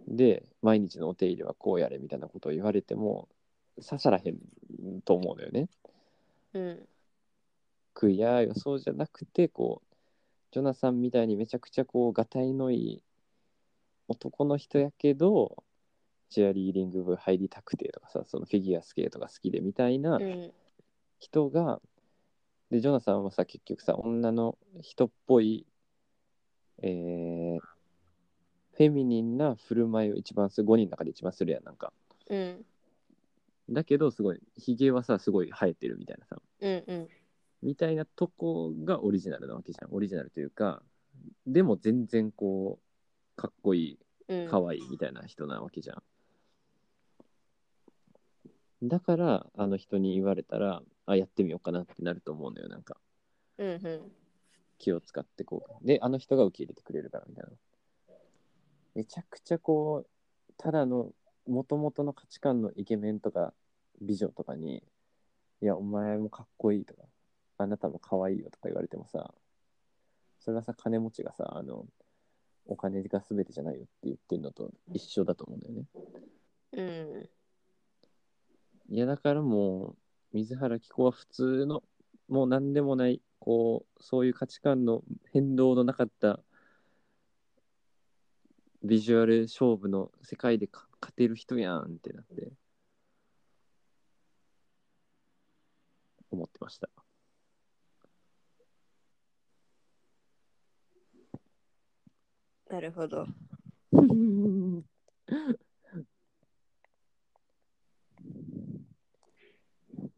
で毎日のお手入れはこうやれみたいなことを言われても刺さらへんと思うのよね。
うん
悔いやそうじゃなくてこうジョナサンみたいにめちゃくちゃこうがたいのいい男の人やけどチェアリーディング部入りたくてとかさそのフィギュアスケートが好きでみたいな
うん
人が、でジョナサンはさ結局さ女の人っぽい、えーフェミニンな振る舞いを一番する5人の中で一番するやんなんか。
うん
だけどすごいひげはさすごい生えてるみたいなさ
うんうん
みたいなとこがオリジナルなわけじゃんオリジナルというかでも全然こうかっこい
うん
いかわいいみたいな人なわけじゃん、だからあの人に言われたらあやってみようかなってなると思うのよなんか
うんうん
気を使ってこうであの人が受け入れてくれるからみたいなめちゃくちゃこうただの元々の価値観のイケメンとか美女とかに「いやお前もかっこいい」とか「あなたも可愛いよ」とか言われてもさそれはさ金持ちがさあのお金が全てじゃないよって言ってるのと一緒だと思うんだよね
うん
いやだからもう水原希子は普通のもう何でもないこうそういう価値観の変動のなかったビジュアル勝負の世界でか勝てる人やんってなって思ってました
なるほど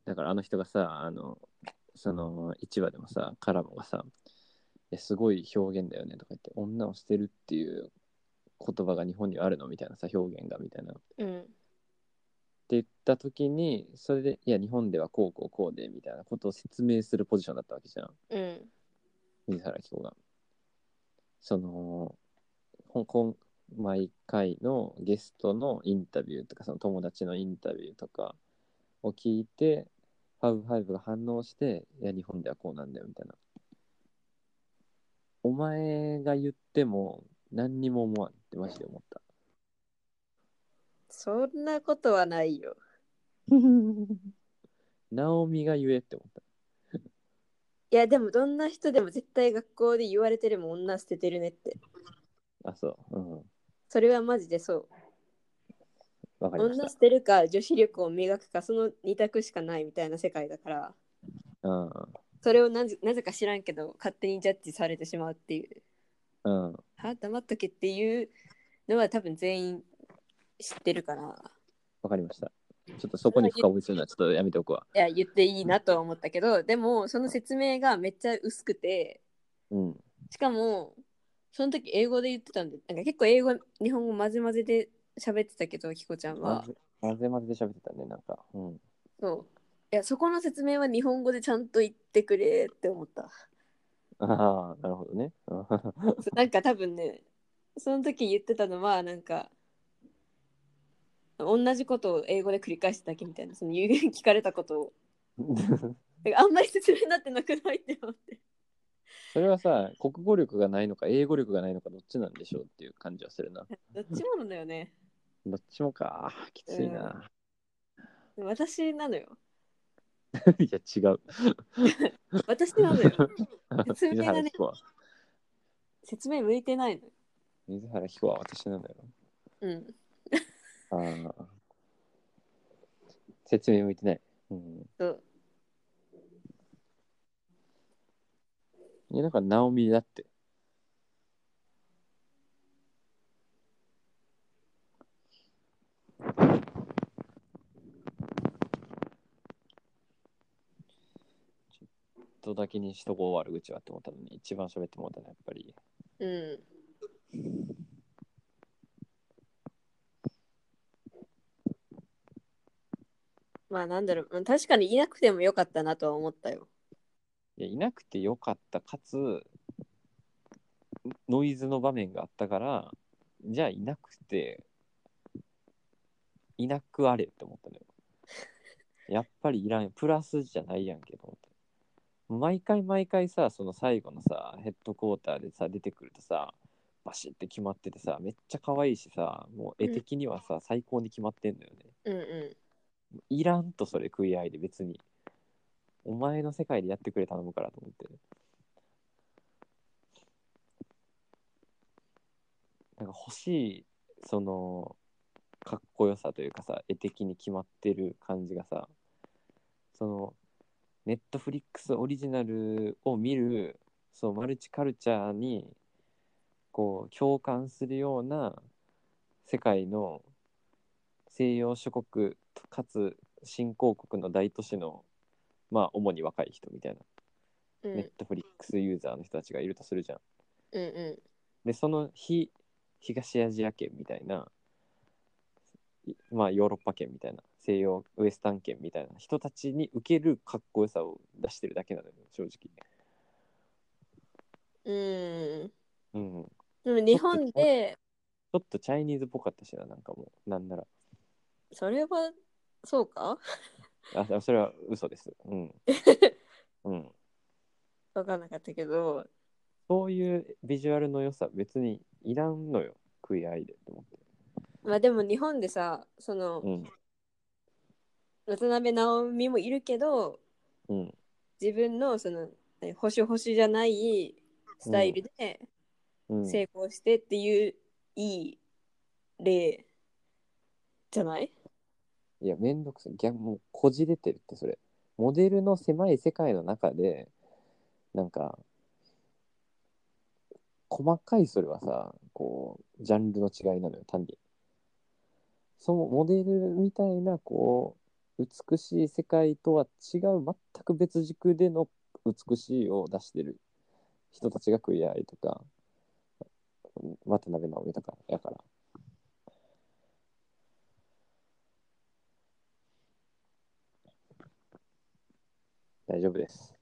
だからあの人がさあのその1話でもさカラムがさいやすごい表現だよねとか言って女を捨てるっていう言葉が日本にはあるのみたいなさ表現がみたいな。って
うん
言った時にそれでいや日本ではこうこうこうでみたいなことを説明するポジションだったわけじゃん
うん
水原希子が。その香港毎回のゲストのインタビューとかその友達のインタビューとかを聞いてハーブファイブが反応して「いや日本ではこうなんだよ」みたいな。お前が言っても何にも思わんってマジで思った。
そんなことはない よ
ナオミが言えって思った。
いやでもどんな人でも絶対学校で言われてるもん女捨ててるねって
あ、そう。うん。
それはマジでそう
わかりまし
女捨てるか女子力を磨くかその二択しかないみたいな世界だから
た。うん。
それをなぜなぜか知らんけど勝手にジャッジされてしまうっていう
うん。
は黙っとけっていうのは多分全員知ってるから
わかりました。ちょっとそこに負荷をぶつるのはちょっとやめておくわ。
いや言っていいなとは思ったけどでもその説明がめっちゃ薄くて
うん。
しかもその時英語で言ってたんでなんか結構英語日本語混ぜ混ぜで喋ってたけどキコちゃん
ま
は
ぜ混ぜ混ぜで喋ってたね、なんか。うん。
そういやそこの説明は日本語でちゃんと言ってくれって思った
ああ、なるほどね。
そうなんか多分ねその時言ってたのはなんか同じことを英語で繰り返しただけみたいなその言う聞かれたことをなんかあんまり説明になってなくないって思って
それはさ、国語力がないのか、英語力がないのか、どっちなんでしょうっていう感じはするな。
どっちもなんだよね
どっちもか、きついな。
私なのよ
いや、違う。
私なのよ説
水
明が
原
ね
希子は、
説明向いてないのよ
水原希子は私なんだよ。
うん
ああ。説明向いてない。うん。
そう
いや、なんか、ナオミだって。ちょっとだけにしとこう悪口はって思ったのに、一番喋ってもらったのはやっぱり。
うんまあなんだろううん確かにいなくてもよかったなとは思ったよ
いや、いなくてよかった、かつ、ノイズの場面があったから、じゃあいなくて、いなくあれって思ったのよ。やっぱりいらん、プラスじゃないやんけと思って。毎回毎回さ、その最後のさ、ヘッドクォーターでさ、出てくるとさ、バシッて決まっててさ、めっちゃ可愛いしさ、もう絵的にはさ、最高に決まってんのよね。
うんう
いらんとそれ食い合いで別に。お前の世界でやってくれ頼むからと思って。なんか欲しい、その、かっこよさというかさ、絵的に決まってる感じがさ、その、ネットフリックスオリジナルを見る、そう、マルチカルチャーに、こう、共感するような世界の西洋諸国かつ新興国の大都市のまあ主に若い人みたいな、
んうん
ネットフリックスユーザーの人たちがいるとするじゃん。
うんう
でその非東アジア圏みたいないまあヨーロッパ圏みたいな西洋ウエスタン圏みたいな人たちに受けるかっこよさを出してるだけなのよ正直。
んうん
うん。ち
でも日本で
ょっとチャイニーズっぽかったしななんかもうなんなら
それはそうか
あそれは嘘です。 うん。うん
分かんなかったけど
そういうビジュアルの良さ別にいらんのよ食い合いでって思って。
まあでも日本でさその
うん
渡辺直美もいるけど
うん
自分のその何星星じゃないスタイルで
うん、
成功してっていういい例じゃない
いやめんどくさいギャもうこじれてるってそれモデルの狭い世界の中でなんか細かいそれはさこうジャンルの違いなのよ単にそのモデルみたいなこう美しい世界とは違う全く別軸での美しいを出してる人たちが食い合いとか渡辺直美とかやから。大丈夫です。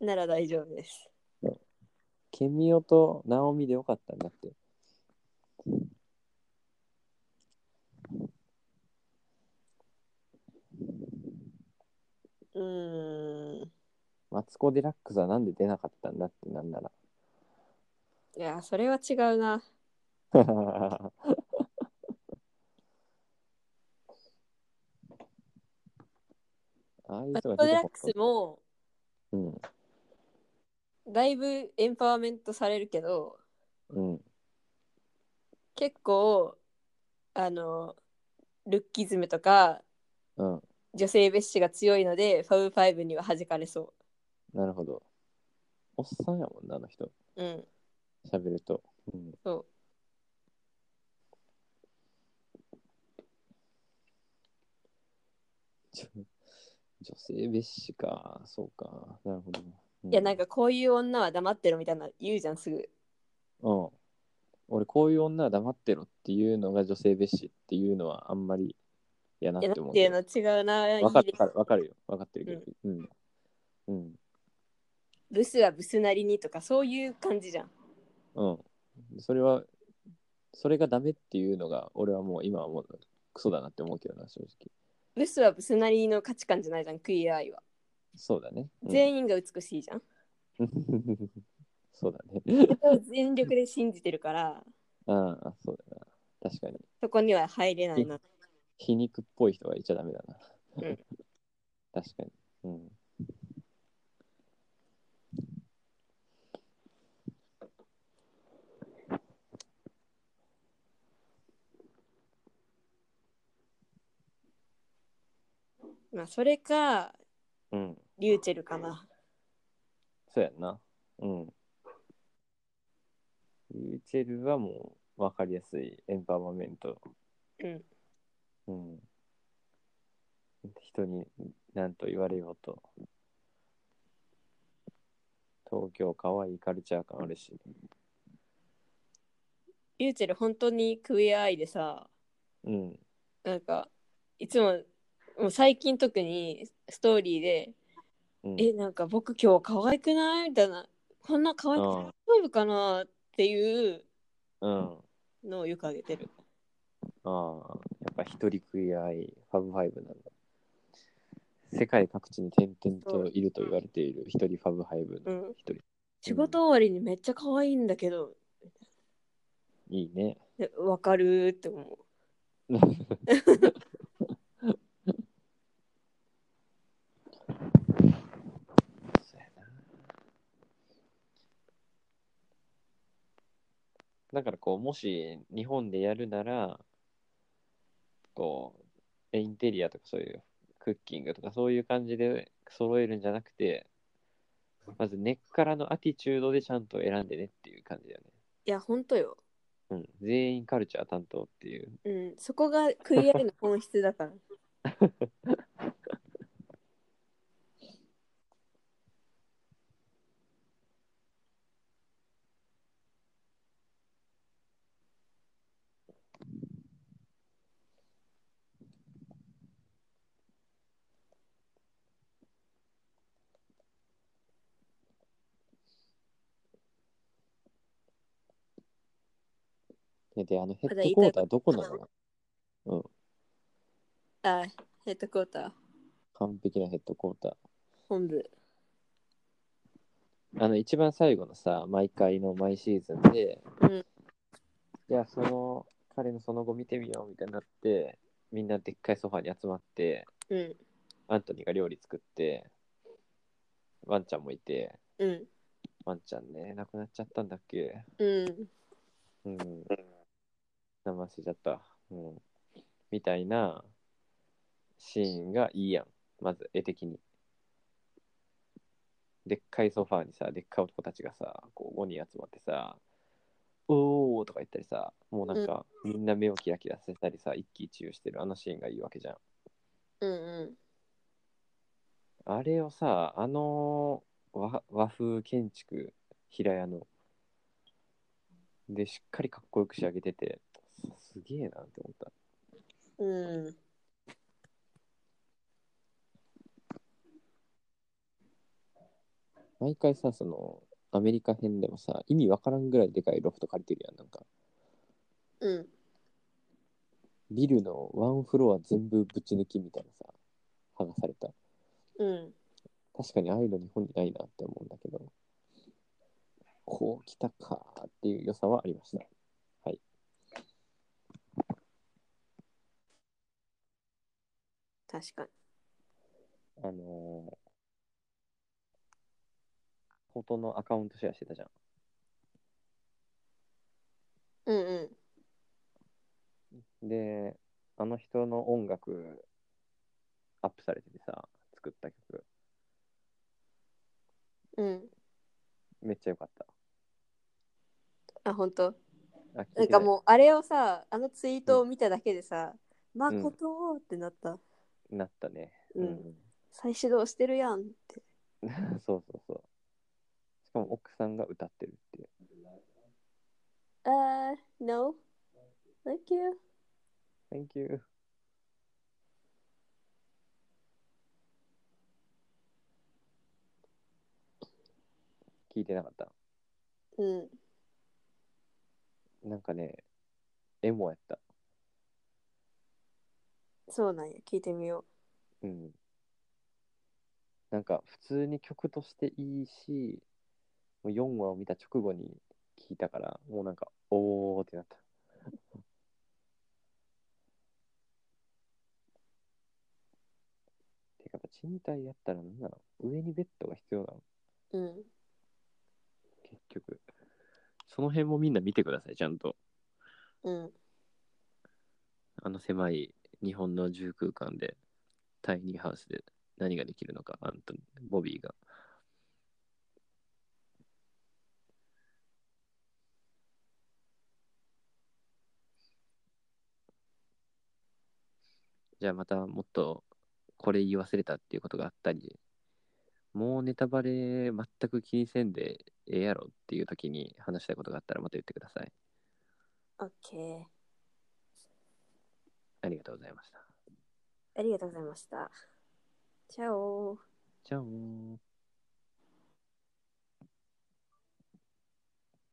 なら大丈夫です。
ケミオとナオミでよかったんだって。
うーん。
マツコ・デラックスはなんで出なかったんだってなんなら。
いや、それは違うな。
ああいう
マツ
人
コ・
が出
デ
て
ラ
こ
ックスも
うん。
だいぶエンパワーメントされるけど、
うん。
結構、あの、ルッキズムとか
うん。
女性蔑視が強いので、ファブファイブには弾かれそ
なるほど。おっさんやもんな、あの人。
う。うん。
喋ると。うん。
そう。
ちょ女性蔑視か。そうか。なるほど。う
いや、なんかこういう女は黙ってろみたいな言うじゃん、すぐ。
うん。俺、こういう女は黙ってろっていうのが女性蔑視っていうのはあんまり嫌ない
や、
っ
な
て思
ん
う
てい
け
う
ど。
の違うな。
わか
いい
る
で
わかるわかるよ。わかってるけど。うん。うん。
ブスはブスなりにとか、そういう感じじゃん。
うん。それは、それがダメっていうのが、俺はもう今はもうクソだなって思うけどな、正直。
ブスはブスなりの価値観じゃないじゃん、クイアアイは。
そうだね。うん
全員が美しいじゃん。
そうだね。
それを全力で信じてるから、
ああ、そうだな。確かに。
そこには入れないな。
皮肉っぽい人はいちゃダメだな。
うん
確かに。うん。
まあ、それか、
うん。
リューチェルかな。
そうやんな。うん。リューチェルはもう分かりやすいエンパワーメント。
うん。
うん。人に何と言われようと。東京かわいいカルチャー感あるし。
リューチェル、本当にクイアアイでさ、
うん。
なんか、いつも、もう最近特にストーリーで、
うん、
え、なんか僕今日可愛くないみたいな、こんな可愛くて
うん
大丈夫かなっていう
うん。
のをよくあげてる。
ああ、やっぱ一人食い合い、ファブファイブなんだ。世界各地に点々といると言われている一人ファブファイブ
う
の
ん。
一人。
仕事終わりにめっちゃ可愛いんだけど、
いいね。
でわかるって思う。
そうやなだからこう、もし日本でやるなら、こう、インテリアとかそういうクッキングとかそういう感じで揃えるんじゃなくて、まず根っからのアティチュードでちゃんと選んでねっていう感じだよね。
いや、本当よ。
うん、全員カルチャー担当っていう。
うん、そこがクイアアイの本質だから。
でで、あのヘ
ま
ッ
だ
ド
言い
コ
たい
ーターどこなの
あ、ヘッドクォーター、
完璧なヘッドコータ
本部。
ー。あの、一番最後のさ、毎回の毎シーズンで、
うん
じゃあその、彼のその後見てみようみたいになって、みんなでっかいソファに集まって、
うん、
アントニーが料理作って、ワンちゃんもいて、
うん、
ワンちゃんね、亡くなっちゃったんだっけ。
うん、
うん。名前忘れちゃった。うん。みたいなシーンがいいやん。まず絵的に。でっかいソファーにさ、でっかい男たちがさ、こう5人集まってさ、おーとか言ったりさ、もうなんか、みんな目をキラキラさせたりさ、一喜一憂してるあのシーンがいいわけじゃん。
うん、うん。
あれをさ、あの和和風建築、平屋ので、しっかりかっこよく仕上げてて、すすげえなって思った。
うん。
毎回さ、その、アメリカ編でもさ、意味わからんぐらいでかいロフト借りてるやん。なんか、
うん。
ビルのワンフロア全部ぶち抜きみたいなさ、剥がされた。
うん。
確かにああいうの日本にないなって思うんだけど、こう来たかーっていう良さはありました。
確かに。
あのー、ことのアカウントシェアしてたじゃん。
うんう
で、あの人の音楽アップされててさ、作った曲、
ん。うん。
めっちゃ良かった。
あ、本当。
あ、聞
ないん
てな
か
い
もう、あれをさ、あのツイートを見ただけでさ、ま
うん
ことーってなった。
なったね。
うん再始動してるやんって。
うんそうそうそう。しかも奥さんが歌ってるっていう。
あー、no. Thank you.
Thank you. 聞いてなかった。
うん。
なんかね、エモやった。
そうなんや。聞いてみよ
うん。なんか普通に曲としていいし、もう4話を見た直後に聞いたから、もうなんか、おーってなった。 てかやっぱ賃貸やったらなんなの上にベッドが必要なの
う。うん。
結局。その辺もみんな見てください、ちゃんと。
うん。
あの狭い日本の住空間で、タイニーハウスで何ができるのか、アントニー、ボビーが。じゃあまたもっとこれ言い忘れたっていうことがあったり、もうネタバレ全く気にせんでええやろっていう時に話したいことがあったらまた言ってください。
オッケー。
ありがとうございました。
ありがとうございました。チャオー。
じゃあもう。